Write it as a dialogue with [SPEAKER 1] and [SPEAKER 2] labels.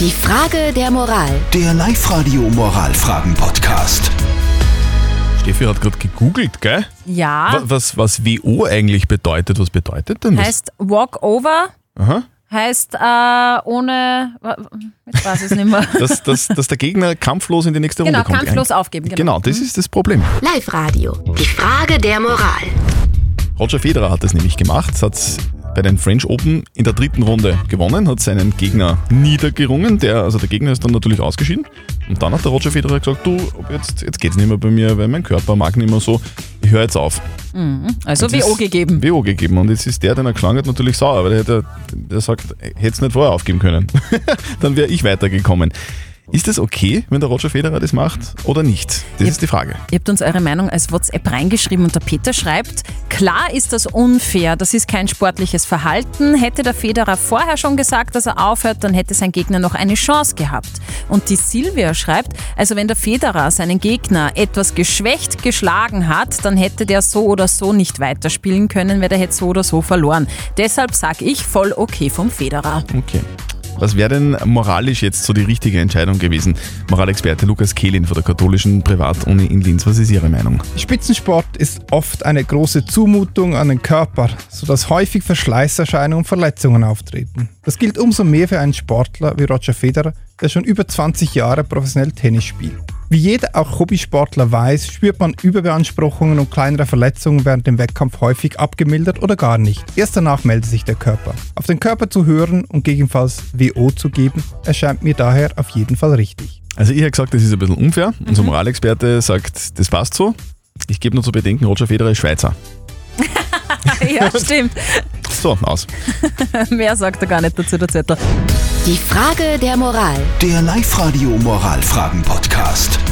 [SPEAKER 1] Die Frage der Moral.
[SPEAKER 2] Der Live-Radio Moralfragen-Podcast.
[SPEAKER 3] Steffi hat gerade gegoogelt, gell?
[SPEAKER 4] Ja,
[SPEAKER 3] Wa- Was, was WO eigentlich bedeutet, was bedeutet denn das?
[SPEAKER 4] Ah. heißt Walk Over,
[SPEAKER 3] Aha.
[SPEAKER 4] heißt äh, ohne, wa- jetzt weiß ich es nicht mehr.
[SPEAKER 3] Dass, dass, dass der Gegner kampflos in die nächste
[SPEAKER 4] Genau,
[SPEAKER 3] Runde kommt.
[SPEAKER 4] kampflos aufgeben,
[SPEAKER 3] Genau,
[SPEAKER 4] genau.
[SPEAKER 3] das ist das Problem.
[SPEAKER 1] Live-Radio. Die Frage der Moral.
[SPEAKER 3] Roger Federer hat das nämlich gemacht, hat bei den French Open in der dritten Runde gewonnen, hat seinen Gegner niedergerungen, der, also der Gegner ist dann natürlich ausgeschieden und dann hat der Roger Federer gesagt, du, ob jetzt, jetzt geht's nicht mehr bei mir, weil mein Körper mag nicht mehr so, ich höre jetzt auf.
[SPEAKER 4] Also
[SPEAKER 3] Jetzt
[SPEAKER 4] WO
[SPEAKER 3] ist
[SPEAKER 4] gegeben.
[SPEAKER 3] WO gegeben und jetzt ist der, den er geschlagen hat, natürlich sauer, weil der, der, der sagt, hätte es nicht vorher aufgeben können. dann wäre ich weitergekommen. Ist das okay, wenn der Roger Federer das macht oder nicht? Das ist die Frage.
[SPEAKER 4] Ihr habt uns eure Meinung als WhatsApp reingeschrieben und der Peter schreibt, klar ist das unfair, das ist kein sportliches Verhalten. Hätte der Federer vorher schon gesagt, dass er aufhört, dann hätte sein Gegner noch eine Chance gehabt. Und die Silvia schreibt, also wenn der Federer seinen Gegner etwas geschwächt geschlagen hat, dann hätte der so oder so nicht weiterspielen können, weil der hätte so oder so verloren. Deshalb sag ich voll okay vom Federer.
[SPEAKER 3] Okay. Was wäre denn moralisch jetzt so die richtige Entscheidung gewesen? Moralexperte Lukas Kehlin von der katholischen Privatuni in Linz, was ist Ihre Meinung?
[SPEAKER 5] Spitzensport ist oft eine große Zumutung an den Körper, sodass häufig Verschleißerscheinungen und Verletzungen auftreten. Das gilt umso mehr für einen Sportler wie Roger Federer, der schon über 20 Jahre professionell Tennis spielt. Wie jeder auch Hobbysportler weiß, spürt man Überbeanspruchungen und kleinere Verletzungen während dem Wettkampf häufig abgemildert oder gar nicht. Erst danach meldet sich der Körper. Auf den Körper zu hören und gegebenenfalls WO zu geben, erscheint mir daher auf jeden Fall richtig.
[SPEAKER 3] Also ich habe gesagt, das ist ein bisschen unfair. Unser Moralexperte sagt, das passt so. Ich gebe nur zu bedenken, Roger Federer ist Schweizer.
[SPEAKER 4] ja, stimmt.
[SPEAKER 3] So, aus.
[SPEAKER 4] Mehr sagt er gar nicht dazu, der Zettel.
[SPEAKER 1] Die Frage der Moral.
[SPEAKER 2] Der Live-Radio Moralfragen-Podcast.